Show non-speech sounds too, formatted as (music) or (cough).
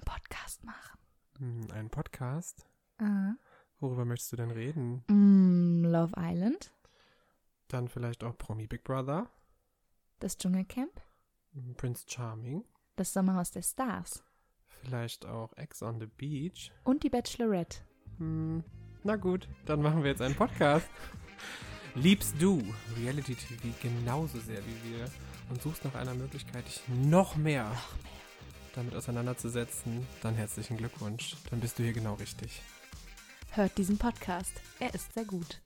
Podcast machen. Hm, Ein Podcast. Ah. Worüber möchtest du denn reden? Mm, Love Island, Dann vielleicht auch Promi Big Brother, das Dschungelcamp, hm, Prince Charming, das Sommerhaus der Stars vielleicht auch Ex on the Beach. und die Bachelorette. Hm, na gut, dann machen wir jetzt einen Podcast. (laughs) Liebst du Reality TV genauso sehr wie wir und suchst nach einer Möglichkeit, dich noch mehr, damit auseinanderzusetzen, dann herzlichen Glückwunsch. Dann bist du hier genau richtig. Hört diesen Podcast. Er ist sehr gut.